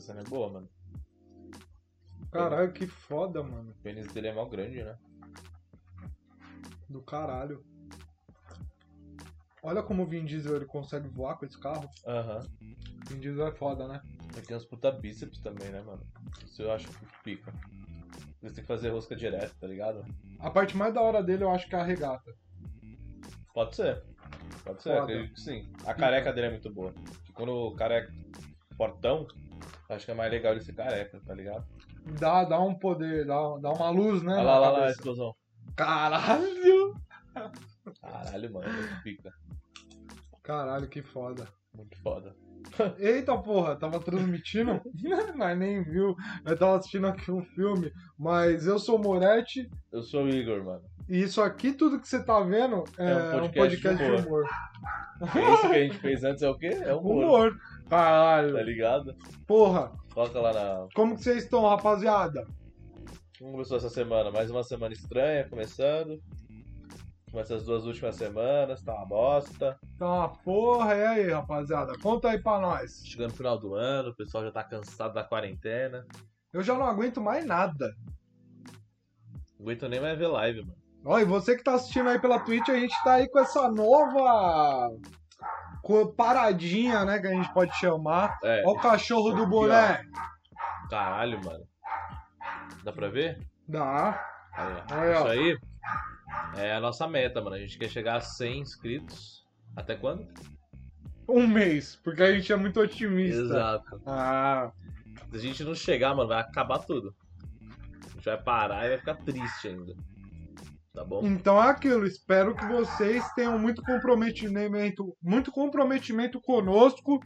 cena é boa, mano. Caralho, que foda, mano. O pênis dele é mal grande, né? Do caralho. Olha como o Vin Diesel ele consegue voar com esse carro. Aham. Vin Diesel é foda, né? Ele tem uns puta bíceps também, né, mano? Isso eu acho que pica. Eles têm que fazer rosca direto, tá ligado? A parte mais da hora dele eu acho que é a regata. Pode ser. Pode ser, Foda. acredito que sim. A careca dele é muito boa. Porque quando o cara é fortão, acho que é mais legal ele ser careca, tá ligado? Dá, dá um poder, dá, dá uma luz, né? Olha lá, na lá, lá, a cabeça. explosão. Caralho! Caralho, mano, muito pica. Caralho, que foda. Muito foda. Eita porra, tava transmitindo, mas nem viu. Eu tava assistindo aqui um filme, mas eu sou o Moretti Eu sou o Igor, mano. e isso aqui, tudo que você tá vendo, é, É um um podcast podcast, de de humor. E isso que a gente fez antes é o quê? É um humor, Humor. tá Caralho. ligado? Porra, Coloca lá na. como que vocês estão, rapaziada? Como começou essa semana? Mais uma semana estranha começando. Com essas duas últimas semanas, tá uma bosta. Tá uma porra, e aí, rapaziada? Conta aí pra nós. Chegando no final do ano, o pessoal já tá cansado da quarentena. Eu já não aguento mais nada. Não aguento nem mais ver live, mano. Ó, e você que tá assistindo aí pela Twitch, a gente tá aí com essa nova co- paradinha, né, que a gente pode chamar. É, Ó o cachorro do Aqui, boné. caralho, mano. Dá pra ver? Dá. Aí, ó. Aí, ó. Isso aí é a nossa meta, mano. A gente quer chegar a 100 inscritos. Até quando? Um mês, porque a gente é muito otimista. Exato. Ah, Se a gente não chegar, mano, vai acabar tudo. A gente vai parar e vai ficar triste ainda. Tá bom? então é aquilo. Espero que vocês tenham muito comprometimento, muito comprometimento conosco.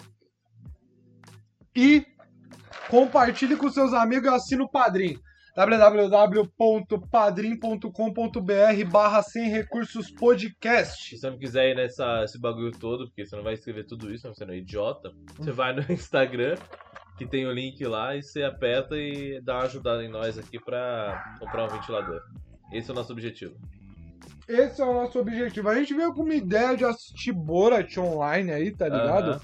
E compartilhe com seus amigos e assina o Padrim. www.padrim.com.br barra sem recursos podcast. Se você não quiser ir nessa, esse bagulho todo, porque você não vai escrever tudo isso, você não é idiota, você vai no Instagram, que tem o link lá, e você aperta e dá uma ajudada em nós aqui pra comprar um ventilador. Esse é o nosso objetivo. Esse é o nosso objetivo. A gente veio com uma ideia de assistir Borat online aí, tá ligado? Aham.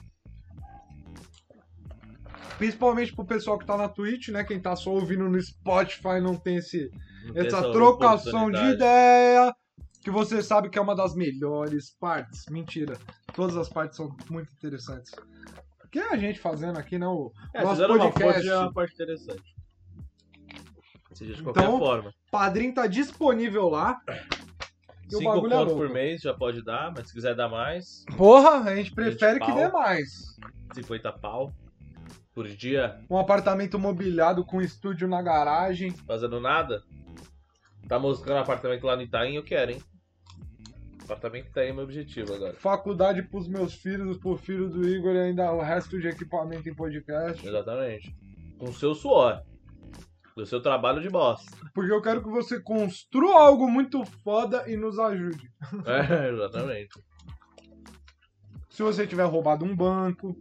Principalmente pro pessoal que tá na Twitch, né? Quem tá só ouvindo no Spotify não tem esse, Não tem essa, trocação de oportunidade. ideia. Que você sabe que é uma das melhores partes. Mentira. Todas as partes são muito interessantes. O que é a gente fazendo aqui, né? O É, nosso fizeram uma podcast. força já é uma parte interessante. Seja de qualquer Então, forma. Padrim tá disponível lá. e o 5 bagulho é pontos por louco. mês já pode dar, mas se quiser dar mais, Porra, a gente prefere que pau. dê mais. 50 pau por dia, Um apartamento mobiliado com estúdio na garagem. fazendo nada. Tá moscando apartamento lá no Itaim, eu quero, hein? Apartamento Itaim é meu objetivo agora. Faculdade pros meus filhos, pro filho do Igor e ainda o resto de equipamento em podcast. Exatamente. Com seu suor. Do seu trabalho de bosta. Porque eu quero que você construa algo muito foda e nos ajude. É, exatamente. Se você tiver roubado um banco,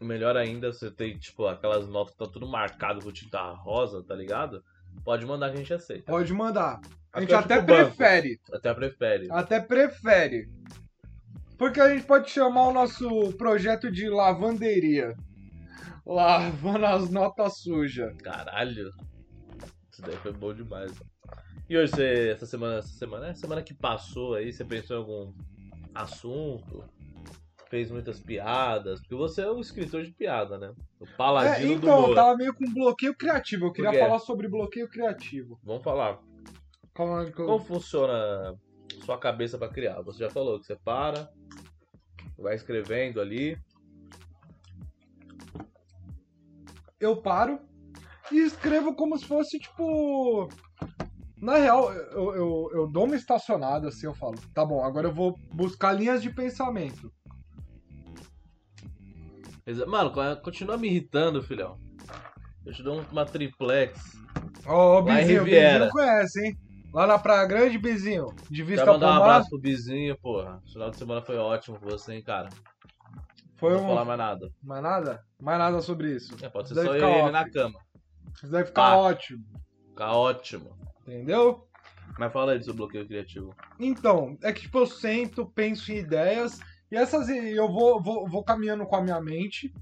Melhor ainda, você tem, tipo, aquelas notas que tá tudo marcado com tinta rosa, tá ligado? Pode mandar que a gente aceita. pode mandar. A gente Até até pro banco. prefere. Até prefere. Até prefere. Porque a gente pode chamar o nosso projeto de lavanderia. Lavando as notas sujas. Caralho. Isso daí foi bom demais. mano. E hoje você, essa semana, essa semana, é, semana que passou aí, você pensou em algum assunto? Fez muitas piadas? Porque você é um escritor de piada, né? O É, paladino do então, humor. eu tava meio com bloqueio criativo. Eu queria quê? falar sobre bloqueio criativo. Vamos falar. Calma aí que eu- Como funciona sua cabeça pra criar? Você já falou que você para, vai escrevendo ali. eu paro e escrevo como se fosse, tipo. Na real, eu, eu, eu dou uma estacionada assim, eu falo, tá bom, agora eu vou buscar linhas de pensamento. Exa- Mano, co- continua me irritando, filhão. Eu te dou uma triplex. Ó, o Lá em Bizinho, o Riviera. Bizinho conhece, hein? Lá na Praia Grande, Bizinho, de Quero vista mandar um pomada, abraço pro Bizinho, porra. O final de semana foi ótimo com você, hein, cara. foi Não vou falar um. mais nada. Mais nada? Mais nada sobre isso. É, pode ser Deve só eu ficar e ele off. na cama. Isso deve ficar Tá. ótimo, Tá ótimo. entendeu? Mas fala aí do seu bloqueio criativo. Então, é que tipo, eu sento, penso em ideias, e essas eu vou, vou, vou caminhando com a minha mente.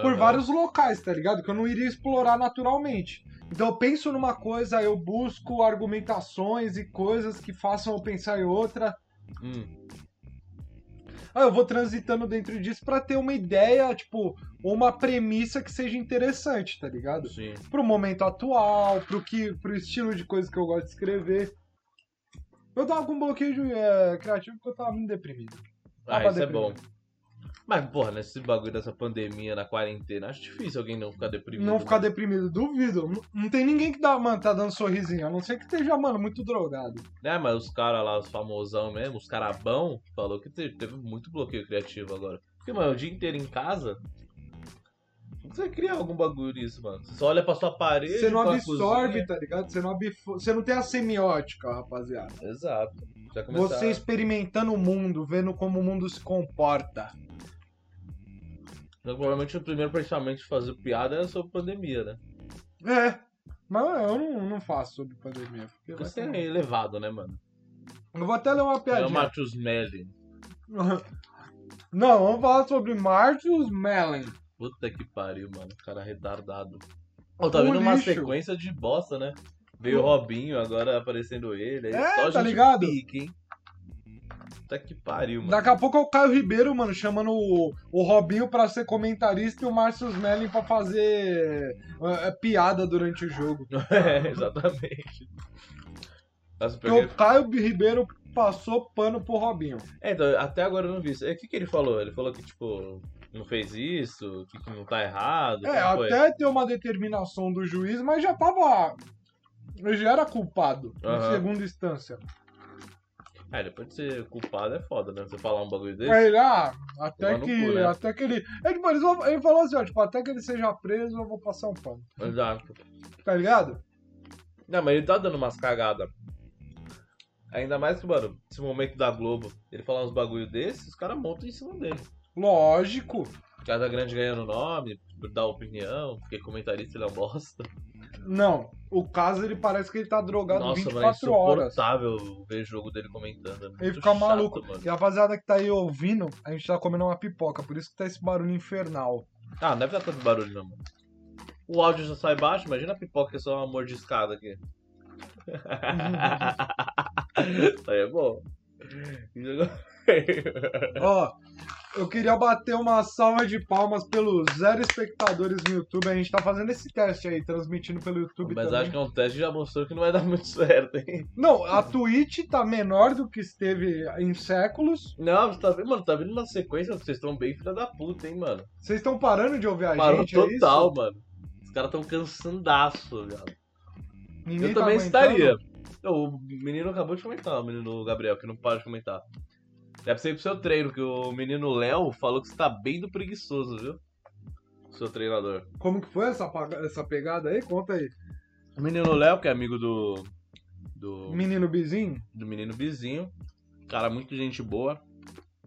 por Aham. vários locais, tá ligado? Que eu não iria explorar naturalmente. Então eu penso numa coisa, eu busco argumentações e coisas que façam eu pensar em outra. Hum, Ah, eu vou transitando dentro disso pra ter uma ideia, tipo, ou uma premissa que seja interessante, tá ligado? sim. Pro momento atual, pro que, pro estilo de coisa que eu gosto de escrever. Eu tava com um bloqueio eh, criativo porque eu tava muito deprimido. Ah, Tava isso é bom. deprimido. Mas, porra, nesse bagulho dessa pandemia, na quarentena, acho difícil alguém não ficar deprimido. né? Não ficar deprimido, duvido. Não, não tem ninguém que dá, mano, tá dando sorrisinho. A não ser que esteja, mano, muito drogado. Né, mas os caras lá, os famosão mesmo, os carabão, falou que teve, teve muito bloqueio criativo agora. Porque, mano, o dia inteiro em casa. Como você cria algum bagulho nisso, mano? Você só olha pra sua parede. Você não pra absorve, tá ligado? Você não, abifo... você não tem a semiótica, rapaziada. cozinha. Exato. Já começar... Você experimentando o mundo, vendo como o mundo se comporta. Então, provavelmente o primeiro pensamento de fazer piada é sobre pandemia, né? É. Mas eu não, não faço sobre pandemia. Porque Porque vai você tomar. é elevado, né, mano? Eu vou até ler uma É o piadinha. Matheus Melli. Não, vamos falar sobre Martius Mellon. Puta que pariu, mano. Cara retardado. Ó, tá Um vendo uma lixo. sequência de bosta, né? Veio o Robinho, agora aparecendo ele. aí É, só tá gente ligado? pica, hein? Puta que pariu, mano. Daqui a pouco é o Caio Ribeiro, mano, chamando o, o Robinho pra ser comentarista e o Marcius Mellin pra fazer eh, eh, piada durante o jogo. É, exatamente. Nossa, Porque porque- o Caio Ribeiro passou pano pro Robinho. É, então, até agora eu não vi isso. É, O que, que ele falou? Ele falou que, tipo, não fez isso, que, que não tá errado. É, como foi? até ter uma determinação do juiz, mas já tava. Ele já era culpado, em Aham. segunda instância. É, depois de ser culpado é foda, né? Você falar um bagulho desse. Aí ele, ah, até Tomar no que. cu, né? Até que ele. É, tipo, eles vão- ele falou assim, ó, tipo, até que ele seja preso, eu vou passar um pano. Exato. Tá ligado? Não, mas ele tá dando umas cagadas. Ainda mais que, mano, esse momento da Globo, ele falar uns bagulho desses, os caras montam em cima dele. Lógico. Casa Grande ganhando nome, dá opinião, porque comentarista ele é um Tá bosta. Não. O caso ele parece que ele tá drogado Nossa, mano, é 24 horas. insuportável ver jogo dele comentando. É muito Ele fica chato, maluco. Mano. E a rapaziada que tá aí ouvindo, a gente tá comendo uma pipoca, por isso que tá esse barulho infernal. Ah, não deve dar tanto barulho, não, mano. O áudio já sai baixo, imagina a pipoca que é só uma mordiscada aqui. Isso aí é bom. Isso é agora- Ó, eu queria bater uma salva de palmas pelos zero espectadores no YouTube. A gente tá fazendo esse teste aí, transmitindo pelo YouTube Mas também. acho que é um teste que já mostrou que não vai dar muito certo, hein? Não, a Twitch tá menor do que esteve em séculos. Não, você tá vendo, mano, tá vendo uma sequência que vocês estão bem filha da puta, hein, mano? Vocês estão parando de ouvir a Parou gente, é total, isso? mano. Os caras tão cansandaço, velho. Ninguém eu tá também aguentando? estaria. Não, o menino acabou de comentar, o menino Gabriel, que não para de comentar. Deve ser pro seu treino, que o menino Léo falou que você tá bem do preguiçoso, viu? Seu treinador. Como que foi essa, paga- essa pegada aí? Conta aí. O menino Léo, que é amigo do. do, Menino Bizinho, do menino vizinho. Cara, muito gente boa.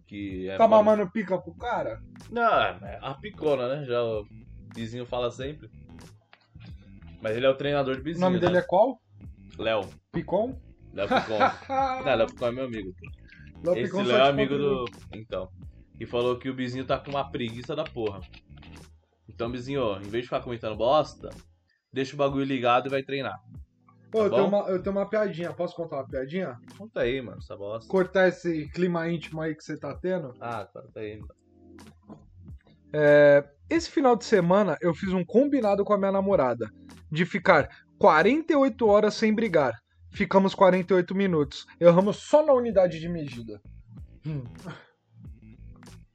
Que é tá foda. mamando pica pro cara? Não, é a picona, né? Já o vizinho fala sempre. Mas ele é o treinador de O vizinho. nome dele é qual? é. Léo. Picon? Léo Picon. não, Léo Picon é meu amigo. Léo Esse Picon Léo só é te um- amigo contribui. do. Então. E falou que o Bizinho tá com uma preguiça da porra. Então, Bizinho, em vez de ficar comentando bosta, deixa o bagulho ligado e vai treinar. Ô, eu, tá tenho bom? uma, eu tenho uma piadinha, posso contar uma piadinha? Conta aí, mano, essa bosta. Cortar esse clima íntimo aí que você tá tendo. Ah, conta aí, mano. É, esse final de semana eu fiz um combinado com a minha namorada de ficar 48 horas sem brigar. Ficamos 48 minutos. Erramos só na unidade de medida. Hum.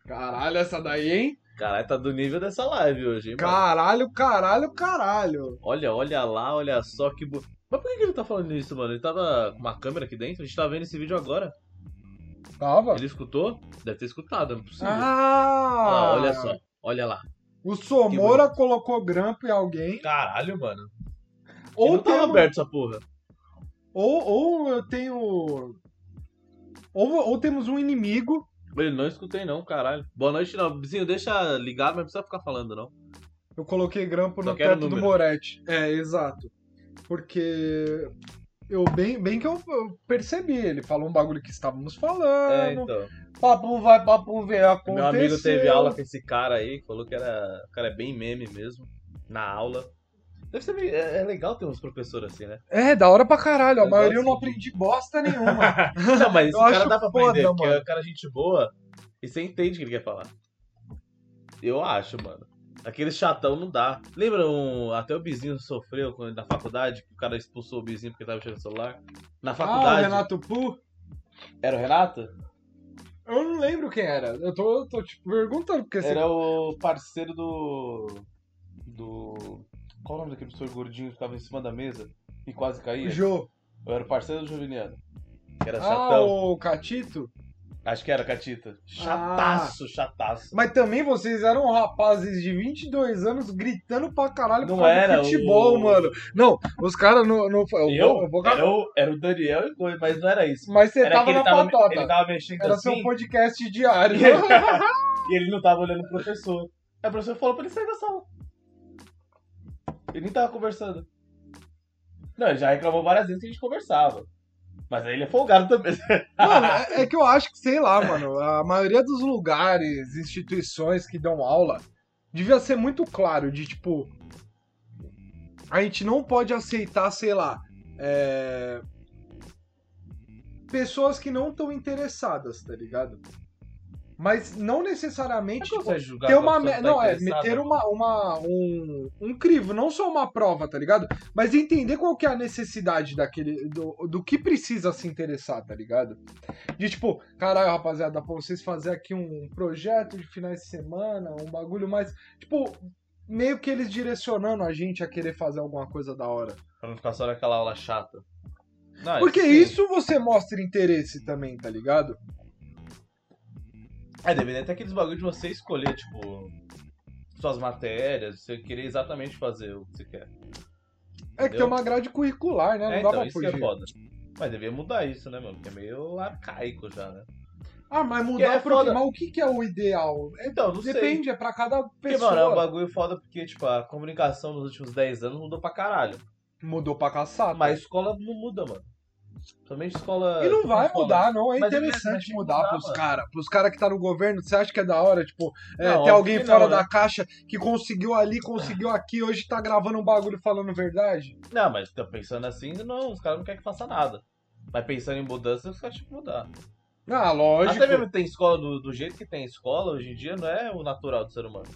Caralho, essa daí, hein? Caralho, tá do nível dessa live hoje, hein, mano? Caralho, caralho, caralho. Olha, olha lá, olha só que. bo- Mas por que que ele tá falando isso, mano? Ele tava com uma câmera aqui dentro? A gente tá vendo esse vídeo agora. Tava? Ele escutou? Deve ter escutado, não é possível. Ah, Ah, olha só, olha lá. O Somora colocou grampo em alguém. Caralho, mano. Ou Ou, não tava temos- aberto essa porra. ou, ou eu tenho. Ou, ou temos um inimigo. Eu não escutei não, caralho. Boa noite, não. Vizinho, deixa ligado, mas não precisa ficar falando, não. Eu coloquei grampo Só no quero teto do número. Moretti. É, exato. Porque eu bem, bem que eu, eu percebi, ele falou um bagulho que estávamos falando. então. papo vai, papo vem. Aconteceu. Meu amigo teve aula com esse cara aí, falou que era. O cara é bem meme mesmo, na aula. Deve ser meio- é, é legal ter uns professores assim, né? É, da hora pra caralho. A Eu maioria eu gosto não de- aprendi bosta nenhuma. Ah, Não, mas esse Eu cara acho dá pra foda, aprender, porque mano. é um cara gente boa e você entende o que ele quer falar. Eu acho, mano. Aquele chatão não dá. Lembra um. Até o vizinho sofreu quando, na faculdade, que o cara expulsou o vizinho porque tava mexendo no celular. Na ah, o faculdade. Renato Pu. Era o Renato? Eu não lembro quem era. Eu tô, eu tô tipo, perguntando, porque Era o parceiro do. Do. Qual o nome daquele professor gordinho que tava em cima da mesa e quase assim, o caía? Jô. Eu era o parceiro do Juveniano. Que era Ah, chatão. o Ah. Catito. Acho que era, Catita. Chataço, chataço. Mas também vocês eram rapazes de 22 anos gritando pra caralho Não por causa do era, futebol, o- mano. Não, os caras não, não. Eu, vou- Eu, eu vou era, o, era o Daniel e Goi, mas não era isso. Mas você Era tava que na ele tava, patota. ele tava mexendo Era assim seu podcast diário. E ele- e ele não tava olhando o professor. Aí o professor falou pra ele sair da sala. Ele nem tava conversando. Não, ele já reclamou várias vezes que a gente conversava. Mas aí ele é folgado também. Mano, é, é que eu acho que, sei lá, mano, a maioria dos lugares, instituições que dão aula, devia ser muito claro de tipo. A gente não pode aceitar, sei lá. é, Pessoas que não estão interessadas, tá ligado? Mas não necessariamente. tipo, julgar ter uma tá me- não é meter né? uma, uma um, um crivo não só uma prova tá ligado mas entender qual que é a necessidade daquele do, do que precisa se interessar tá ligado de tipo caralho rapaziada dá pra vocês fazer aqui um projeto de finais de semana um bagulho mais tipo meio que eles direcionando a gente a querer fazer alguma coisa da hora Pra não ficar só naquela aula chata. Não, é porque Ah, sim. isso você mostra interesse também tá ligado É, dependendo até aqueles bagulho de você escolher, tipo, suas matérias, você querer exatamente fazer o que você quer. é que tem Entendeu? uma grade curricular né é, não dá então, pra isso que é fugir foda. Mas devia mudar isso, né, mano? Porque é meio arcaico já, né? ah mas mudar é pro foda. mas o que que é o ideal Então, não sei. Depende, é pra cada Porque, pessoa. mano, é um bagulho foda porque, tipo, a comunicação nos últimos 10 anos mudou pra caralho. Mudou pra caçar. tá? Mas escola não muda, mano. Somente escola. E não vai escola. mudar, não. É Mas interessante tem que mudar mudar, pros mano. caras. Pros caras que tá no governo, você acha que é da hora, tipo, é, Não, ter óbvio alguém que fora não, da né? caixa que conseguiu ali, conseguiu aqui, hoje tá gravando um bagulho falando verdade? Não, mas tá pensando assim, não, os caras não querem que faça nada. Mas pensando em mudança, os caras tinham que mudar. Ah, lógico. Até mesmo tem escola do, do jeito que tem escola hoje em dia, não é o natural do ser humano.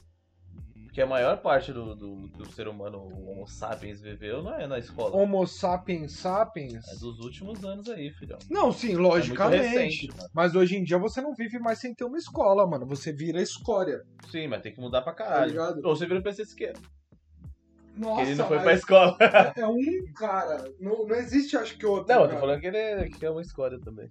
Porque a maior parte do, do, do ser humano, o Homo sapiens, viveu não é na escola. Homo sapiens sapiens. É dos últimos anos aí, filhão. Não, É sim, muito logicamente. recente, mano. mas hoje em dia você não vive mais sem ter uma escola, mano. Você vira escória. Sim, mas tem que mudar pra Tá caralho. ligado? Ou você vira o PC Siqueira, que Nossa, ele não foi pra mas escola. é um cara. Não, não existe, acho que outro. Não, eu cara. tô falando que ele é, que é uma escola também.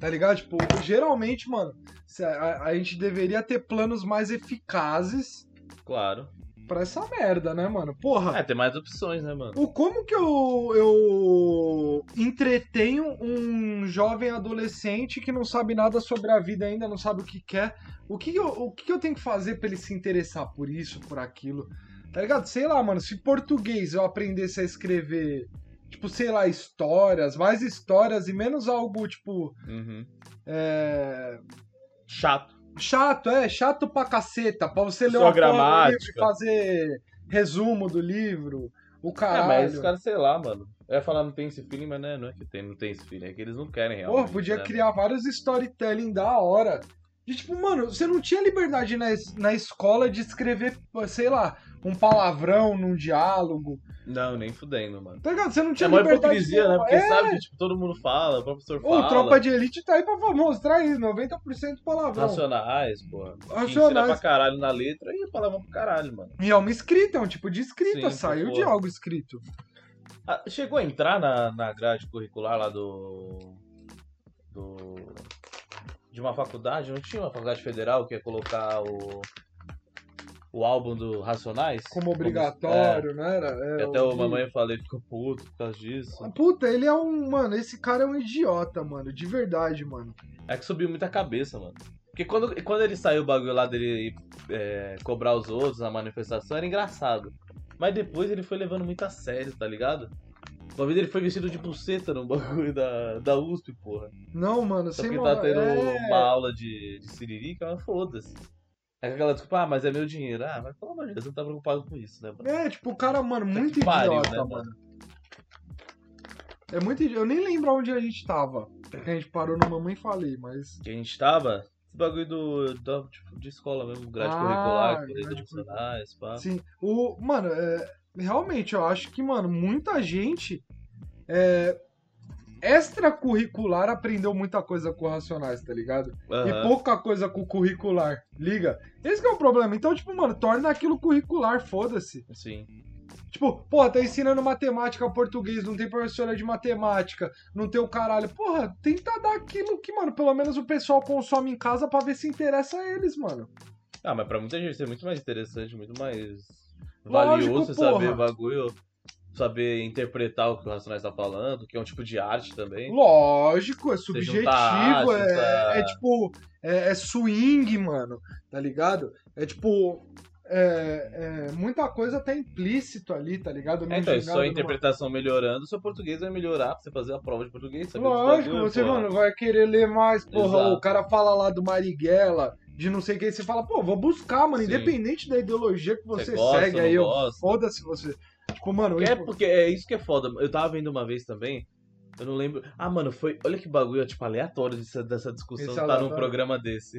Tá ligado? Tipo, geralmente, mano, se a, a- a gente deveria ter planos mais eficazes Claro. pra essa merda, né, mano? Porra, É, tem mais opções, né, mano? o como que eu, eu entretenho um jovem adolescente que não sabe nada sobre a vida ainda, não sabe o que quer? O que, que eu, o que que eu tenho que fazer pra ele se interessar por isso, por aquilo? Tá ligado? Sei lá, mano, se português eu aprendesse a escrever, tipo, sei lá, histórias, mais histórias e menos algo, tipo, Uhum. é. Chato. Chato, é, chato pra caceta. Pra você ler Só uma porra do gramática. livro e fazer resumo do livro. É, mas O os caralho. caras, sei lá, mano. Eu ia falar não tem esse feeling, mas não é, não é que tem, não tem esse feeling. É que eles não querem realmente. Porra, podia né? criar vários storytelling da hora. E tipo, mano, você não tinha liberdade na, es- na escola de escrever, sei lá, um palavrão num diálogo. Não, nem fudendo, mano. Tá ligado? Você não É tinha uma liberdade. hipocrisia, né? nenhuma. É. Porque sabe que tipo, todo mundo fala, o professor Ô, fala. tropa de elite tá aí pra mostrar isso, 90% palavrão. Racionais, porra. Racionais. Racionais. pra caralho na letra e falava pra caralho, mano. E é uma escrita, é um tipo de escrita, Sim, saiu de porra. algo escrito. Ah, chegou a entrar na, na grade curricular lá do. do. de uma faculdade, não tinha uma faculdade federal que ia colocar o. o álbum do Racionais? Como obrigatório, não era? É, É, e até eu o vi. mamãe falei ficou puto por causa disso. Puta, ele é um. Mano, esse cara é um idiota, mano. De verdade, mano. É que subiu muita cabeça, mano. Porque quando, quando ele saiu o bagulho lá dele é, cobrar os outros na manifestação, era engraçado. Mas depois ele foi levando muito a sério, tá ligado? Uma vez ele foi vestido de pulseta no bagulho da, da USP, porra. Não, mano, Só sem porque moral. tá tendo É, uma aula de, de siririca, mas foda-se. Aí aquela desculpa, ah, mas é meu dinheiro. Ah, mas pelo amor de Deus, você não tá preocupado com isso, né, mano? é, tipo, o cara, mano, Puta muito que pariu, idiota, né, mano. É muito idi- Eu nem lembro onde a gente tava. que A gente parou no Mamãe Falei, mas. Que a gente tava, esse bagulho do, do- tipo, de escola mesmo, grade Ah, curricular, grade corrida de funcionários, pá. Sim. O, mano, é, realmente, eu acho que, mano, muita gente é, extracurricular aprendeu muita coisa com Racionais, tá ligado? Aham. E pouca coisa com curricular. Liga. Esse que é o problema. Então, tipo, mano, torna aquilo curricular, foda-se. Sim. Tipo, porra, tá ensinando matemática português, não tem professora de matemática, não tem o caralho. Porra, tenta dar aquilo que, mano, pelo menos o pessoal consome em casa pra ver se interessa a eles, mano. Ah, mas pra muita gente isso é muito mais interessante, muito mais Lógico, valioso você porra. saber o bagulho, saber interpretar o que o Racionais tá falando, que é um tipo de arte também. Lógico, é Você subjetivo, juntar arte, é, essa- é tipo, é, é swing, mano, tá ligado? É tipo, é, é, muita coisa tá implícito ali, tá ligado? Não É, então, jogado sua numa- interpretação melhorando, seu português vai melhorar pra você fazer a prova de português. saber dos Lógico, bagulho, você, porra. mano, vai querer ler mais, porra. Exato. O cara fala lá do Marighella, de não sei o que, você fala, pô, vou buscar, mano, Sim. independente da ideologia que você, Você gosta, segue não aí, eu gosta. foda-se você. Tipo, mano, É eu- porque é isso que é foda. Eu tava vendo uma vez também. Eu não lembro. Ah, mano, foi. Olha que bagulho, tipo, aleatório dessa, dessa discussão Esse estar tá num aleatório. programa desse.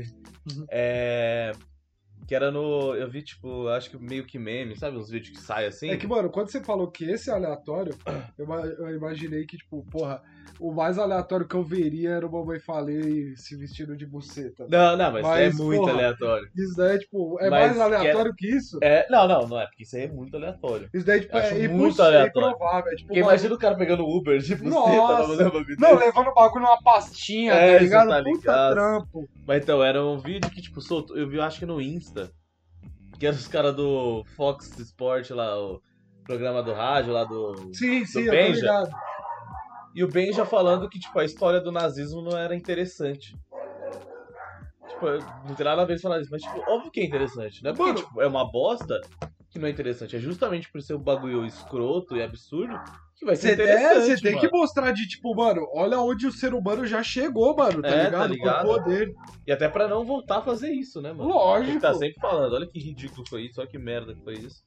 Uhum. É. Que era no. Eu vi, tipo, acho que meio que meme, sabe? Uns vídeos que saem assim. é que, mano, quando você falou que esse é aleatório, eu, ma- eu imaginei que, tipo, porra, o mais aleatório que eu veria era o Mamãe Falei se vestindo de buceta. Não, não, mas, Mas, é muito porra. aleatório. Isso daí, é, tipo, é Mas mais aleatório que, isso? É, não, não, não é, porque isso aí é muito aleatório. Isso daí, tipo, Eu acho é muito imposs- é aleatório. improvável. É, tipo, Porque uma- imagina o cara pegando Uber, tipo, Nossa. você tá bagulho Não, levando o bagulho numa pastinha, É, tá você ligado? tá Puta ligado. trampo. Mas então, era um vídeo que, tipo, soltou. Eu vi, eu acho que no Insta. Que eram os caras do Fox Sport lá, o programa do rádio lá do. Sim, sim, é eu tô Benja? ligado. E o Ben já falando que, tipo, a história do nazismo não era interessante. Tipo, eu- não tem nada a ver com falar isso, mas, tipo, óbvio que é interessante. Não é porque, Mano. tipo, é uma bosta que não é interessante. É justamente por ser um bagulho escroto e absurdo que vai ser Você tem, É interessante. você é, tem que mano. mostrar de tipo, mano, olha onde o ser humano já chegou, mano, tá É, tá ligado? ligado? Com o poder. E até pra não voltar a fazer isso, né, mano? Tem Lógico. que tá sempre falando, olha que ridículo foi isso, olha que merda que foi isso.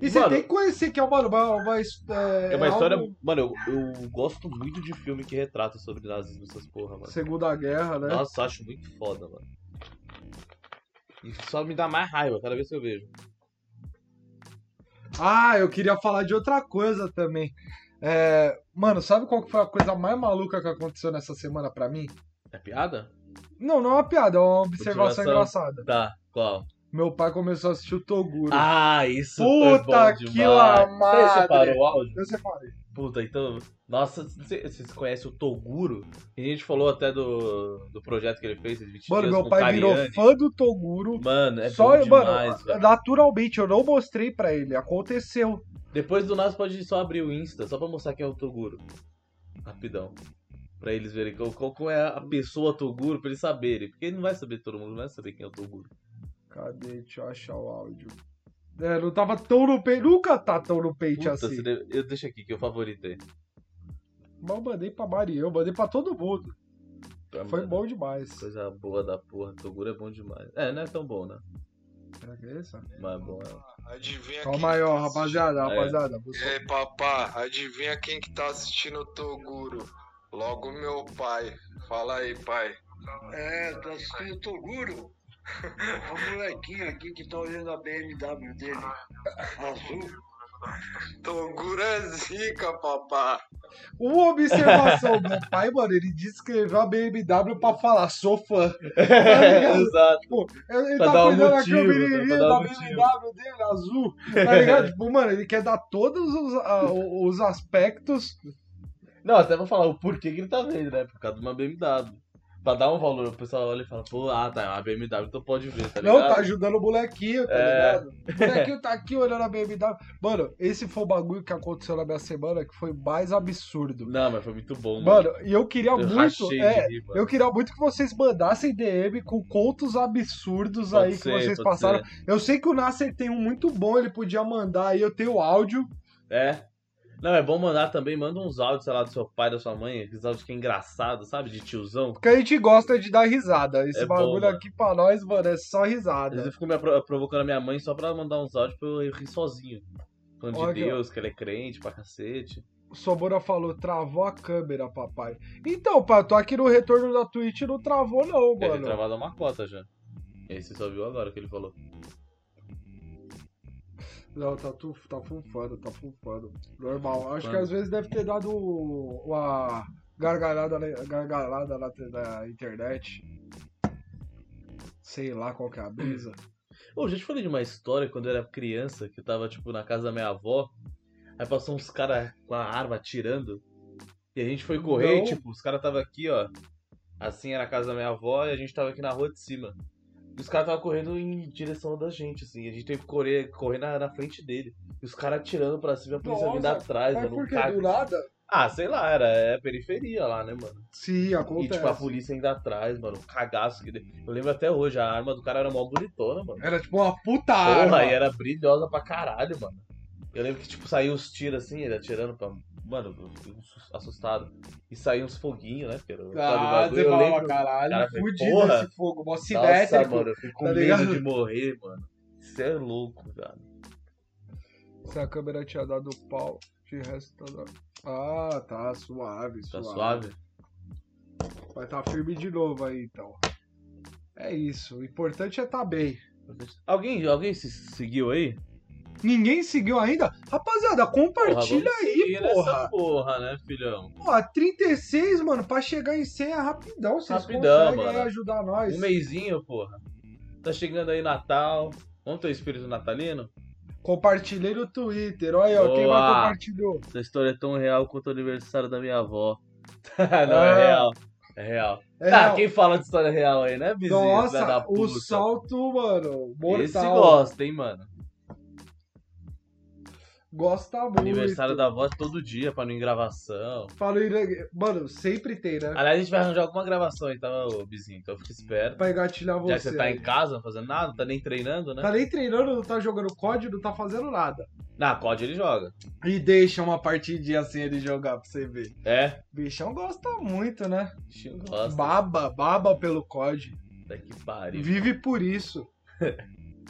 E você Mano. tem que conhecer que é uma. uma, uma his- é, É uma história. algo- Mano, eu, eu gosto muito de filme que retrata sobre nazismo, essas porra, mano. Segunda Guerra, né? Nossa, eu acho muito foda, mano. E só me dá mais raiva cada vez que eu vejo. Ah, eu queria falar de outra coisa também. É, mano, sabe qual que foi a coisa mais maluca que aconteceu nessa semana pra mim? É piada? Não, não é uma piada, é uma observação Observação. engraçada. Tá, qual? Meu pai começou a assistir o Toguro. Ah, isso foi Puta bom que demais. la Você madre. separou o áudio? Eu separei. Puta, então. Nossa, você você conhece o Toguro? E a gente falou até do, do projeto que ele fez, esses 20 Mano, dias meu com pai virou Cariani. fã do Toguro. Mano, é Só, bom demais, mano, velho. naturalmente, eu não mostrei pra ele, aconteceu. Depois do nada, você pode só abrir o Insta, só pra mostrar quem é o Toguro. Rapidão. Pra eles verem qual, qual- qual é a pessoa Toguro, pra eles saberem. Porque ele não vai saber todo mundo, não vai saber quem é o Toguro. Cadê? Deixa eu achar o áudio. É, não tava tão no peito, nunca tá tão no peito Puta, assim. você deve- eu deixo aqui, que eu favoritei. Mas eu mandei pra Maria, eu mandei pra todo mundo. Tá Foi bom demais. Coisa boa da porra, Toguro é bom demais. É, não é tão bom, né? Será que é essa? Mas é bom, é. Adivinha quem Calma aí, que ó, tá rapaziada, É. rapaziada. você- assistindo- Ei, papá, adivinha quem que tá assistindo o Toguro? Logo meu pai. Fala aí, pai. É, tá assistindo o Toguro. É o molequinho aqui que tá olhando a BMW dele. Azul. Toguro é zica, papá. Uma observação, meu pai, mano, ele descreveu a BMW pra falar, sou fã. ligado? é. Exato. Tipo, ele ele Pra tá dar um cuidando aqui motivo, o né? Pra menininho dar da um BMW dele, azul, tá ligado? tipo, mano, ele quer dar todos os, ah, os aspectos. Não, até vou falar o porquê que ele tá vendo, né? Por causa de uma BMW. Pra dar um valor, o pessoal olha e fala, pô, ah, tá, é uma BMW, então pode ver, tá Não, ligado? tá ajudando o molequinho, tá É. ligado? O molequinho tá aqui olhando a BMW. Mano, esse foi o bagulho que aconteceu na minha semana que foi mais absurdo. Não, mas foi muito bom, mano. Mano, e eu queria Uhum. eu muito. rachei é, de rir, mano. eu queria muito que vocês mandassem DM com contos absurdos Pode aí que ser, vocês pode passaram. ser. Eu sei que o Nasser tem um muito bom, ele podia mandar aí, eu tenho o áudio. É? Não, é bom mandar também, manda uns áudios, sei lá, do seu pai, da sua mãe, aqueles áudios que é engraçado, sabe? De tiozão. Porque a gente gosta de dar risada. Esse É bom, bagulho mano. aqui pra nós, mano, é só Às vezes risada. eu fico me apro- provocando a minha mãe só pra mandar uns áudios pra eu rir sozinho. Falando Olha de aqui, ó. Deus, que ele é crente pra cacete. O Sobora falou, travou a câmera, papai. Então, pai, eu tô aqui no retorno da Twitch e não travou, não, Deve ter mano. travado uma cota já. Esse só viu agora o que ele falou. Não, tá, tu, tá funfando, tá funfando. Normal. Acho que Tá Funfando. às vezes deve ter dado uma gargalhada, na- gargalada na, na internet. Sei lá qual que é a brisa. Ô, já te falei de uma história quando eu era criança, que eu tava, tipo, na casa da minha avó. Aí passou uns caras com a arma atirando. E a gente foi correr, Não. e, tipo, os caras tava aqui, ó. Assim era a casa da minha avó e a gente tava aqui na rua de cima. E os caras tava correndo em direção da gente, assim. A gente teve que correr, correr na, na frente dele. E os caras atirando pra cima, a polícia vindo Nossa, atrás, Mas mano. um por quê? cara- Do nada? Ah, sei lá, era é periferia lá, né, mano? Sim, acontece. E tipo, a polícia ainda atrás, mano. O cagaço que. deu. Eu lembro até hoje, a arma do cara era mó bonitona, mano. Era tipo uma puta Porra, arma. e era brilhosa pra caralho, mano. Eu lembro que, tipo, saiu os tiros assim, ele atirando pra. Mano, eu fiquei um sus- assustado. E saiu uns foguinhos, né? Porque era o tal do Ah, bagulho. você eu falava, lembro. caralho, Cara, falei, fudido porra. esse fogo, mó Nossa, simétrico. mano, eu fiquei com tá medo ligado? de morrer, mano. Você é louco, cara. Se a câmera tinha dado pau, de resto tá dando. Ah, tá suave, Tá suave. suave? Vai tá firme de novo aí, então. É isso, o importante é tá bem. Alguém, alguém se seguiu aí? Ninguém seguiu ainda? Rapaziada, compartilha vamos aí, seguir porra. Essa porra, né, filhão? Pô, 36, mano, pra chegar em 100 é rapidão. Vocês Rapidão, conseguem aí mano. ajudar nós. Um mêsinho, porra. Tá chegando aí Natal. Vamos ter o espírito natalino? Compartilhei no Twitter, olha aí, ó, quem vai Boa. compartilhou. Essa história é tão real quanto o aniversário da minha avó. Não, Ah. é real. É real. É, tá, não. quem fala de história real aí, né, vizinho? filha da Nossa, o puta? salto, mano, mortal. Esse gosta, hein, mano. Gosta muito. Aniversário da avó é todo dia, pra não ir em gravação. Fala em- Mano, sempre tem, né? Aliás, a gente vai arranjar alguma gravação aí, tá, ô, vizinho? Então fica esperto. Pra engatilhar você. Já que você tá aí. em casa, não fazendo nada, não tá nem treinando, né? Tá nem treinando, não tá jogando COD, não tá fazendo nada. Na COD ele joga. E deixa uma partidinha assim ele jogar pra você ver. É? Bichão gosta muito, né? Xingo gosta. Baba, baba pelo COD. Puta que pariu. Vive por isso.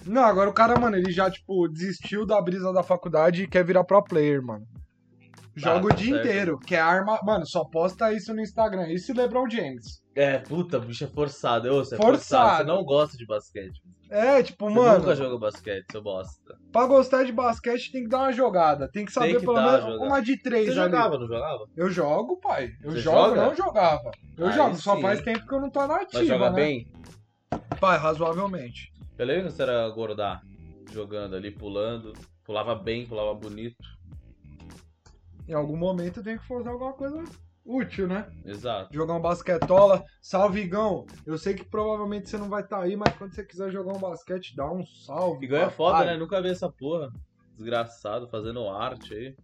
Não, agora o cara, mano, ele já, tipo, desistiu da brisa da faculdade e quer virar pro player, mano. Joga tá o dia certo. inteiro, que é arma. Mano, só posta isso no Instagram. Isso e LeBron James. É, puta, bicho é forçado. Ô, você é Forçado. forçado. Você não gosta de basquete. É, tipo, Você mano. nunca jogou basquete, seu bosta. Pra gostar de basquete tem que dar uma jogada. Tem que saber que pelo dar menos uma jogada. uma de três Você ali. jogava, não jogava? Eu jogo, pai. Eu Você jogo, joga? não jogava. Eu Aí jogo, só sim. faz tempo que eu não tô na ativa, Mas joga né? bem? Pai, razoavelmente. Eu lembro que você era gordar, jogando ali, pulando. Pulava bem, pulava bonito. Em algum momento eu tenho que fazer alguma coisa útil, né? Exato. Jogar um basquetola. Salve, Igão. Eu sei que provavelmente você não vai estar aí, mas quando você quiser jogar um basquete, dá um salve. E ganha papai. foda, né? Nunca vi essa porra. Desgraçado, fazendo arte aí.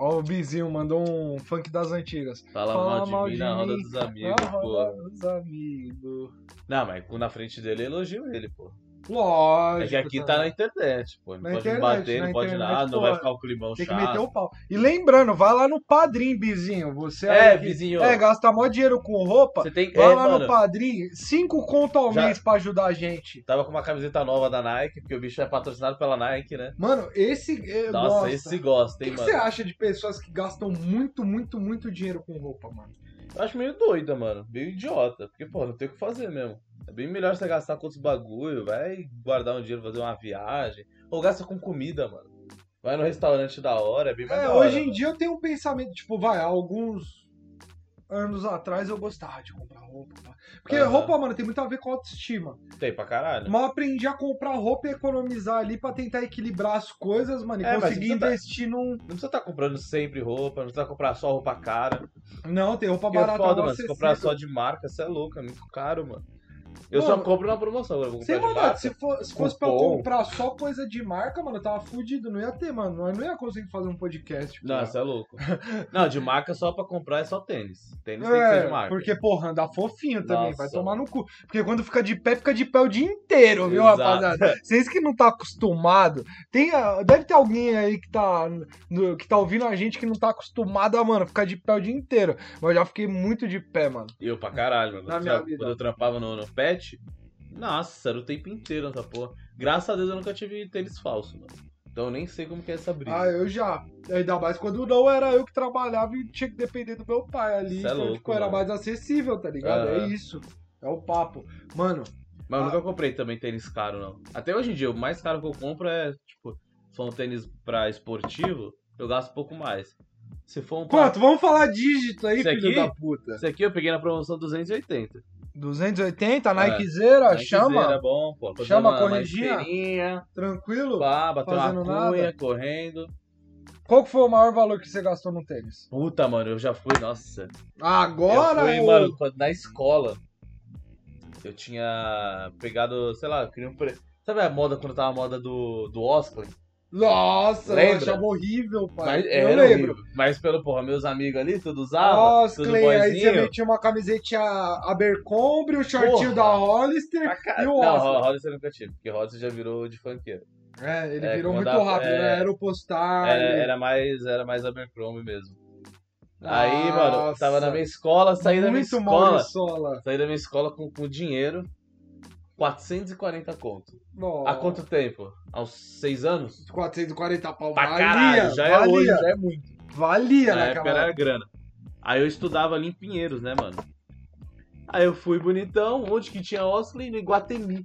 Ó, o Bizinho mandou um funk das antigas. Fala Fala Tá mal de mal mim de na roda mim. dos amigos, Ah, pô. Os amigos. Não, mas na frente dele eu elogio ele, pô. Lógico. É que aqui né? tá na internet, pô. Não Na pode me internet, bater, na não pode internet, nada, pô, não vai ficar o climão Tem que chato. meter o pau. E lembrando, vai lá no Padrim, Bizinho. Você É, aí que- vizinho. É, gasta mó dinheiro com roupa. Você tem que. Vai É, lá mano, no Padrim, cinco conto ao Já- mês pra ajudar a gente. Tava com uma camiseta nova da Nike, porque o bicho é patrocinado pela Nike, né? Mano, esse. é, Nossa, gosta. esse gosta, O hein, que que mano. você acha de pessoas que gastam muito, muito, muito dinheiro com roupa, mano? Eu acho meio doida, mano. Meio idiota. Porque, pô, não tem o que fazer mesmo. É bem melhor você gastar com outros bagulho, vai guardar um dinheiro, fazer uma viagem. Ou gasta com comida, mano. Vai no restaurante da hora, é bem mais É, da hora. hoje em mano. dia eu tenho um pensamento, tipo, vai, há alguns anos atrás eu gostava de comprar roupa. pá. Porque Aham. roupa, mano, tem muito a ver com autoestima. Tem pra caralho. Mas eu aprendi a comprar roupa e economizar ali pra tentar equilibrar as coisas, mano, e É, mas conseguir isso tá- investir num. Não precisa estar comprando sempre roupa, não precisa comprar só roupa cara. Não, tem roupa Porque é barata. foda, mó mano. Se comprar acessível. só de marca, você é louco, é muito caro, mano. Eu só Mano, compro na promoção, agora eu vou Sem comprar de maldade, marca. se, for- se fosse pra eu Cupom. comprar só coisa de marca, mano, eu tava fudido, não ia ter, mano. Nós não ia conseguir fazer um podcast. Não, porra. você é louco. Não, de marca só pra comprar é só tênis. Tênis tem que ser de É, marca. porque, porra, andar fofinho também, vai Nossa, tomar mano. no cu. Porque quando fica de pé, fica de pé o dia inteiro, viu, Exato. rapaziada? Vocês que não tá acostumado, tem, a- deve ter alguém aí que tá, no- que tá ouvindo a gente que não tá acostumado a, mano, ficar de pé o dia inteiro. Mas eu já fiquei muito de pé, mano. Eu pra caralho, mano. Na Quando minha eu- vida. Quando eu trampava no, no pet, nossa, era o tempo inteiro essa porra. Graças a Deus eu nunca tive tênis falso, mano. Então eu nem sei como que é essa briga. Ah, eu já. Ainda mais quando não era eu que trabalhava e tinha que depender do meu pai ali. Cê é então, louco, tipo, era mano. mais acessível, tá ligado? É Aham. isso. É o papo. Mano, Mas eu Ah. nunca comprei também tênis caro, não. Até hoje em dia, o mais caro que eu compro é, tipo, se for um tênis pra esportivo, eu gasto um pouco mais. Se for um pra- quanto? Vamos falar dígito aí, Isso filho aqui? da puta. Esse aqui eu peguei na promoção 280. É, 280, Nike Aí Zera, que Ah, chama. zera, É bom, pô. Fazer Chama, uma, uma corrigir. esteirinha, Tranquilo? pá, bater Fazendo uma nada. cunha, correndo. Qual que foi o maior valor que você gastou no tênis? Puta, mano, eu já fui, nossa. Agora, eu fui, ô- mano, quando- na escola. Eu tinha pegado, sei lá, eu queria um pre... Sabe a moda quando tava a moda do, do Oscar? Nossa, eu Lembra? achava horrível, pai. Mas, eu era lembro. horrível. Mas pelo, porra, meus amigos ali, tudo usava, Nossa, tudo Clay, aí você boyzinho. metia uma camisetinha Abercrombie, o Porra. shortinho da Hollister. Pra cá- E o Não, Oscar? Ro- Rollins eu nunca tive, porque Rollins já virou de funkeiro. É, ele É, virou muito quando a- rápido, é. né? Era o postar. Era, era mais, era mais Abercrombie mesmo. Aí, mano, eu tava na minha escola, saí da minha Muito mal escola, de sola. saí da minha escola com, com dinheiro, 440 conto. Há Nossa. quanto tempo? Aos seis anos? 440 pau. Pra valia, caralho, já é valia, hoje, já é muito. Valia Na época naquela era grana. Aí eu estudava ali em Pinheiros, né, mano? Aí eu fui bonitão, onde que tinha Osley? No Iguatemi.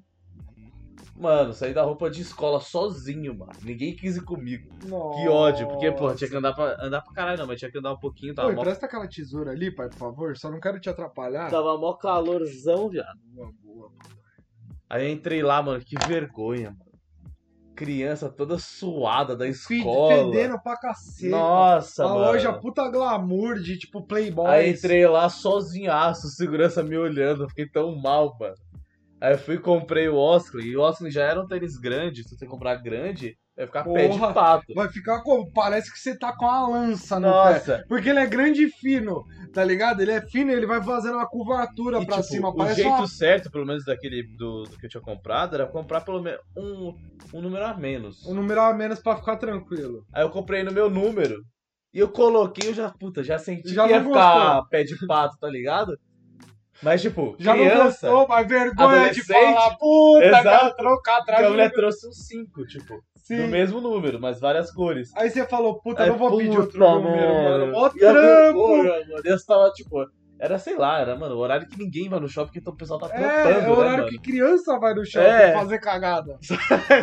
Mano, saí da roupa de escola sozinho, mano. Ninguém quis ir comigo. Que ódio, porque, é pô, tinha que andar pra, andar pra caralho, não, mas tinha que andar um pouquinho. Tava, Oi, mó, presta aquela tesoura ali, pai, por favor. Só não quero te atrapalhar. tava mó calorzão, viado. Boa, boa. Aí eu entrei lá, mano, que vergonha, mano. Criança toda suada da Fe- escola. Fedendo pra cacete. Nossa, a mano. loja puta glamour de tipo Playboy. Aí entrei lá sozinhaço, o segurança me olhando, eu fiquei tão mal, mano. Aí eu fui e comprei o Oscar, e o Oscar já era um tênis grande, se você comprar grande, vai ficar pé de Porra, pato. Vai ficar como? Parece que você tá com uma lança no pé. Nossa, Porque ele é grande e fino, tá ligado? Ele é fino e ele vai fazendo uma curvatura e, pra tipo, cima. o Parece jeito uma... certo, pelo menos daquele do, do que eu tinha comprado, era comprar pelo menos um, um número a menos. um número a menos pra ficar tranquilo. Aí eu comprei no meu número, e eu coloquei, eu já, puta, já senti Já que ia não ficar pé de pato, tá ligado? Mas, tipo, Já criança... não gostou, mas vergonha de adolescente. falar, puta, Exato. quero trocar a atrás. mulher do- trouxe um 5, tipo, do Sim. mesmo número, mas várias cores. Aí você falou, puta, Aí, não vou pedir É puta, outro número, mano. Mó E a trampo. vergonha, mano. Eu tava, tipo, era, sei lá, era, mano, o horário que ninguém vai no shopping, porque o pessoal tá É, trampando, é o né, horário mano? que criança vai no shopping É. fazer cagada.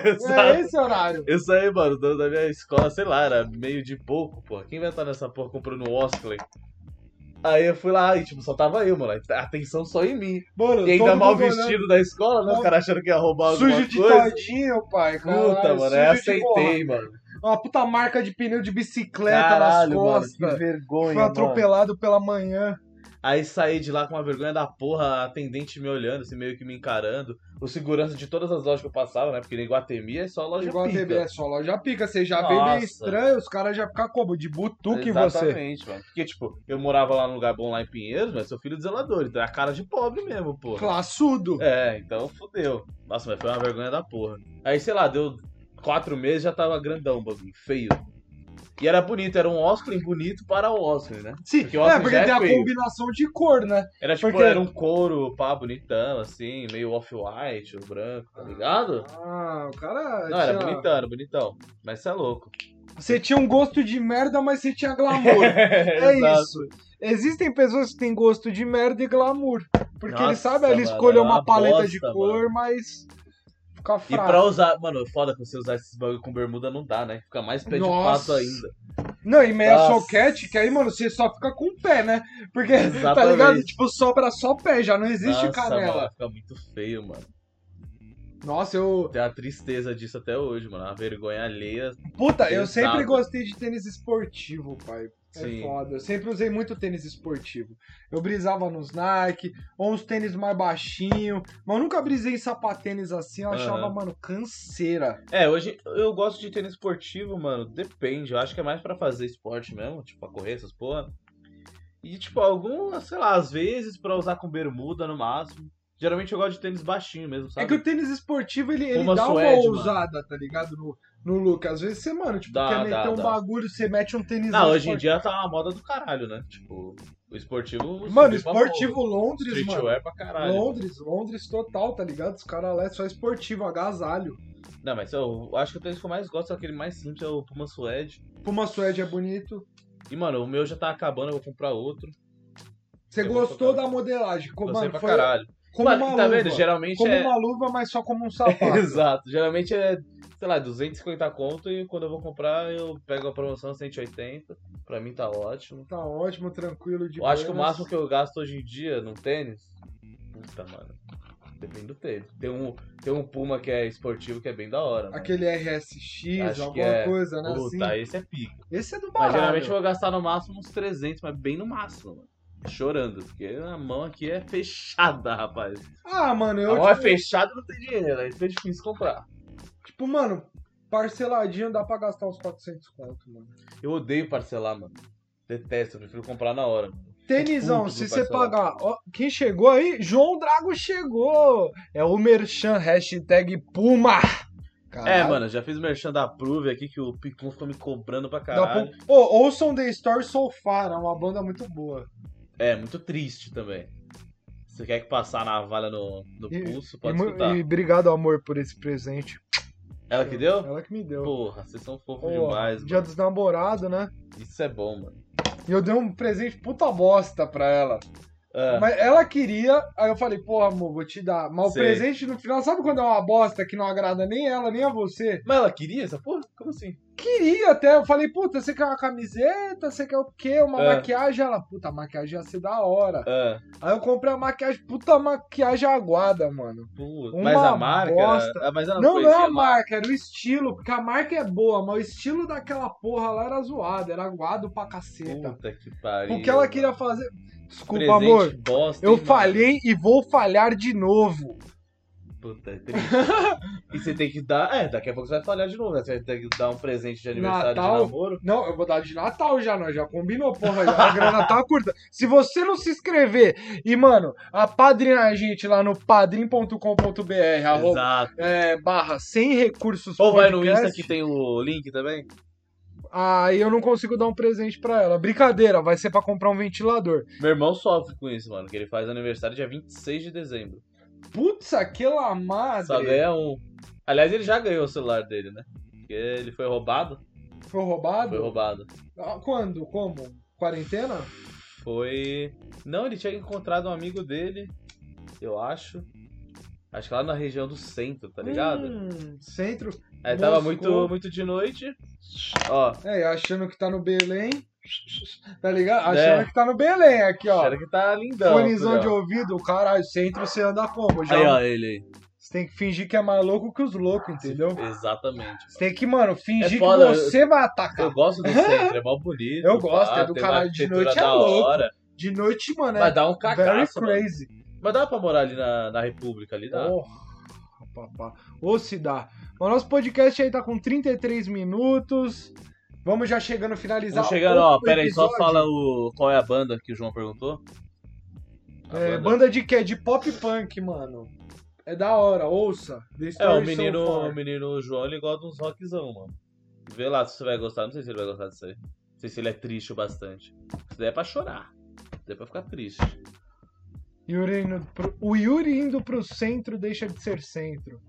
Exato. É esse horário. Eu saí, mano, da da minha escola, sei lá, era meio de pouco, pô. Quem vai estar nessa porra comprando Oscar? Aí eu fui lá e, tipo, só tava eu, mano. A atenção só em mim. Mano, E ainda todo mal mundo olhando. vestido da escola, né? Os Não. caras achando que ia roubar alguma Sujo de coisa. todinho, pai. Caralho, Puta, mano, aí sujo de borracha. aceitei, mano. Uma puta marca de pneu de bicicleta tá nas costas. mano, que vergonha, Foi mano. atropelado pela manhã. Aí saí de lá com uma vergonha da porra, a atendente me olhando, assim, meio que me encarando. O segurança de todas as lojas que eu passava, né? Porque na Iguatemi é só loja Igual a TV, pica. é só loja pica. Você já vem meio Nossa. estranho, os caras já ficam como? De butuque em você. Exatamente, mano. Porque, tipo, eu morava lá num lugar bom lá em Pinheiros, mas sou filho de zelador, então é a cara de pobre mesmo, porra. Classudo. É, então fudeu. Nossa, mas foi uma vergonha da porra. Aí, sei lá, deu quatro meses já tava grandão o bagulho, feio. E era bonito, era um Oscar bonito para o Oscar, né? Sim, Porque o é óculos porque já é tem a feio. combinação de cor, né? Era tipo, Porque- era um couro, pá, bonitão, assim, meio off-white, ou branco, tá ligado? Ah, o cara. Não, era tinha- bonitão, era bonitão. Mas você é louco. Você tinha um gosto de merda, mas você tinha glamour. É Exato. isso. Existem pessoas que têm gosto de merda e glamour. Porque ele Nossa, sabe, mano, ele escolheu é uma uma paleta de bosta, cor, mas fica E fraco. pra usar, mano, foda que você usar esses bagulho com bermuda não dá, né? Fica mais pé de Nossa. pato ainda. Não, e meia Nossa. soquete, que aí, mano, você só fica com o pé, né? Porque, tá Exatamente. ligado? Tipo, sobra só pé, já não existe Nossa, canela. mano, fica muito feio, mano. Nossa, eu. Tem a tristeza disso até hoje, mano. A vergonha alheia. Puta, eu Exato. sempre gostei de tênis esportivo, pai. É Sim. foda. Eu sempre usei muito tênis esportivo. Eu brisava nos Nike, ou uns tênis mais baixinho. Mas eu nunca brisei em sapatênis assim, eu achava, Aham. mano, canseira. É, hoje eu gosto de tênis esportivo, mano. Depende. Eu acho que é mais pra fazer esporte mesmo, tipo, pra correr essas porra. E, tipo, algumas, sei lá, às vezes pra usar com bermuda no máximo. Geralmente eu gosto de tênis baixinho mesmo, sabe? É que o tênis esportivo, ele, ele Uma dá uma suede, mano. ousada, tá ligado? No, no look. Às vezes você, mano, tipo, Dá, quer meter dá, um dá. bagulho, você mete um tênis Não, hoje em dia é tá uma moda do caralho, né? Tipo, o esportivo. Mano, subiu pra porra. esportivo Londres, mano. Streetwear pra caralho. Londres, Londres total, tá ligado? Os caras lá é só esportivo, agasalho. Não, mas eu acho que o tênis que eu mais gosto é aquele mais simples, é o Puma Suede. Puma suede é bonito. E, mano, o meu já tá acabando, eu vou comprar outro. Você Eu vou gostou tocar. da modelagem? Como, Gostei mano, pra foi caralho. como Mano, uma tá luva. vendo? Geralmente Como é. uma luva, mas só como um sapato. Exato. Geralmente é, sei lá, 250 conto e quando eu vou comprar eu pego a promoção 180. Pra mim tá ótimo. tá ótimo, tranquilo, de eu acho que o buenas. máximo que eu gasto hoje em dia num tênis. Puta, mano. Depende do tênis. Tem um, tem um Puma que é esportivo que é bem da hora. Mano. Aquele RSX, Acho alguma que é. coisa, né? Puta, assim. esse é pica. Esse é do Mas barato. geralmente eu vou gastar no máximo uns 300, mas bem no máximo, mano. Chorando, porque a mão aqui é fechada, rapaz. Ah, mano, A eu. mão é Tipo, fechada não tem dinheiro, aí fica difícil comprar. tipo, mano, parceladinho dá pra gastar uns 400 conto, mano. Eu odeio parcelar, mano. Detesto, eu prefiro comprar na hora. Tenisão, puto se do você parcelado. pagar. ó, quem chegou aí? João Drago chegou! É o Merchan, hashtag Puma! É, Caralho. mano, já fiz merchan da Prove aqui que o Picum ficou me cobrando pra Dá caralho. pra- Ô, ouçam The Story So Far, é uma banda muito boa. É, muito triste também. Você quer que passar a navalha no, no E- pulso, E, pode mu- escutar. e obrigado, amor, por esse presente. Ela que deu? Ela que me deu. Porra, vocês são fofos Pô, demais, Dia dos namorados, né? mano. Isso é bom, mano. E eu dei um presente puta bosta pra ela. Ah, Mas ela queria, aí eu falei, porra, amor, vou te dar. Mas Sei. o presente no final, sabe quando é uma bosta que não agrada nem ela, nem a você? Mas ela queria essa porra? Como assim? Queria até, eu falei, puta, você quer uma camiseta? Você quer o quê? Uma É. maquiagem? Ela, puta, a maquiagem ia ser da hora. Ah, Aí eu comprei a maquiagem, puta maquiagem aguada, mano. puta. Uma Mas a marca. bosta. ah, Mas ela Não, não conhecia é a a marca, era o estilo, porque a marca é boa, mas o estilo daquela porra lá era zoado, era aguado pra caceta. Puta que pariu. O que ela mano. queria fazer. Desculpa, Presente amor. bosta, Eu hein, mano? falhei e vou falhar de novo. Puta, é triste. e você tem que dar. É, daqui a pouco você vai falhar de novo, né? Você vai ter que dar um presente de aniversário Natal? de namoro. Não, eu vou dar de Natal já, nós já combinou, porra, já, a grana tá curta. Se você não se inscrever e, mano, apadrinhar a gente lá no padrim.com.br, arroba, Exato. é, barra sem recursos Ou vai no podcast, Insta que tem o link também? Aí eu não consigo dar um presente pra ela. Brincadeira, vai ser pra comprar um ventilador. Meu irmão sofre com isso, mano, que ele faz aniversário dia 26 de dezembro. Putz, aquela madre. Só ganha um. Aliás, ele já ganhou o celular dele, né? Porque ele foi roubado. Foi roubado? Foi roubado. Ah, Quando? Como? Quarentena? Foi. Não, ele tinha encontrado um amigo dele, eu acho. Acho que lá na região do centro, tá ligado? Hum, centro. Aí tava Moscou. muito, muito de noite. Ó, É, achando que tá no Belém. Tá ligado? É. Achando que tá no Belém aqui, ó. acharam que tá lindão. Fonezão filho, de ó. ouvido, caralho, centro você anda como? Já Aí, ó, ele aí. Você tem que fingir que é mais louco que os loucos, entendeu? Exatamente. Você tem que, mano, fingir foda, que você vai atacar. Eu gosto do centro, é mó bonito. Eu gosto, é do tem uma caralho, de arquitetura noite é da louco. hora. De noite, mano, é Mas dá um very cacaço. mano. crazy. Mas dá pra morar ali na, na República, ali dá. Oh, papá. Ou se dá. Mas nosso podcast aí tá com 33 minutos. Vamos já chegando, finalizar. Vamos chegando, ó, outro pera aí, só episódio. fala o, qual é a banda que o João perguntou. A É, banda. de quê? De pop punk, mano. É da hora, ouça. The É, o Story menino, So o Far. menino João, ele gosta de uns rockzão, mano. Vê lá se você vai gostar, não sei se ele vai gostar disso aí. Não sei se ele é triste o bastante. Isso daí é pra chorar. Isso daí é pra ficar triste. Yuri indo pro- O Yuri indo pro centro deixa de ser centro.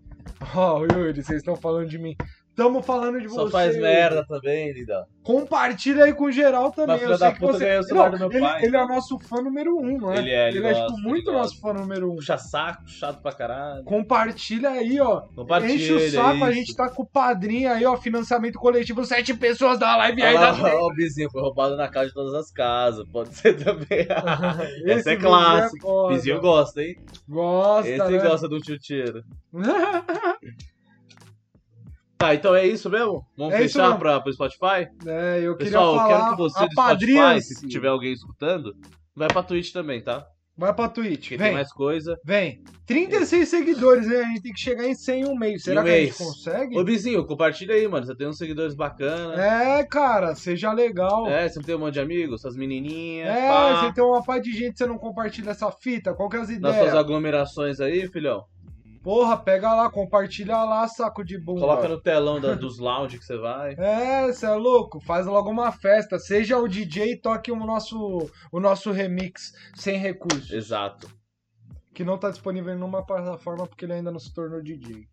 Ó, Yuri, vocês estão falando de mim. Tamo falando de Só você. faz Yuri. merda também, lindão. Compartilha aí com geral também. Mas filha eu sei da que puta você... ganhou o celular Não, do meu ele, pai. ele é o nosso fã número um, né? Ele é, ele é, tipo, gosta, ele muito gosta. nosso fã número um. Puxa saco, chato pra caralho. Compartilha aí, ó. Compartilha. Enche o saco, é a isso. gente tá com o padrinho aí, ó. Financiamento coletivo, sete pessoas da live aí. Ah, Da... lá, o vizinho foi roubado na casa de todas as casas. Pode ser também. Esse é vizinho clássico. foda. vizinho gosta, hein? gosta, Esse é um né? gosta do tio tiro. Tá, então é isso mesmo? Vamos É isso fechar mesmo. pra, pro Spotify? É, eu queria Pessoal, eu falar quero que você do Spotify, apadrinhe-se. se tiver alguém escutando, vai pra Twitch também, tá? Vai pra Twitch. Porque Vem, tem mais coisa. vem. 36 seguidores, hein? A gente tem que chegar em 100 em um mês. Será um que a mês. gente consegue? Ô, Bizinho, compartilha aí, mano. Você tem uns seguidores bacanas. É, cara, seja legal. É, É, você tem um monte de amigos, suas menininhas. você pá, tem uma parte de gente que você não compartilha essa fita. Qual que é as nas ideias? suas aglomerações aí, filhão. Porra, pega lá, compartilha lá, saco de bunda. Coloca no telão da- dos lounge que você vai. É, você é louco? Faz logo uma festa. Seja o DJ e toque o nosso, o nosso remix sem recurso. Exato. que não está disponível em nenhuma plataforma porque ele ainda não se tornou DJ.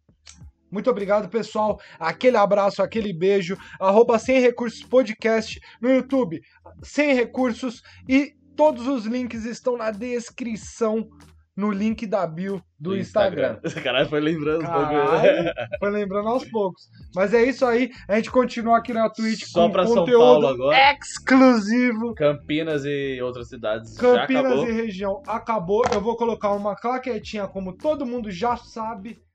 Muito obrigado, pessoal. Aquele abraço, aquele beijo. Arroba Sem Recursos Podcast no YouTube. Sem Recursos. E todos os links estão na descrição, no link da bio do, Instagram. Caralho, foi lembrando os né? bagulho. Caralho, foi lembrando aos poucos. Mas é isso aí. A gente continua aqui na Twitch Só com pra São conteúdo é. Paulo agora. exclusivo. Campinas e outras cidades já Campinas acabou. e região acabou. Eu vou colocar uma claquetinha, como todo mundo já sabe,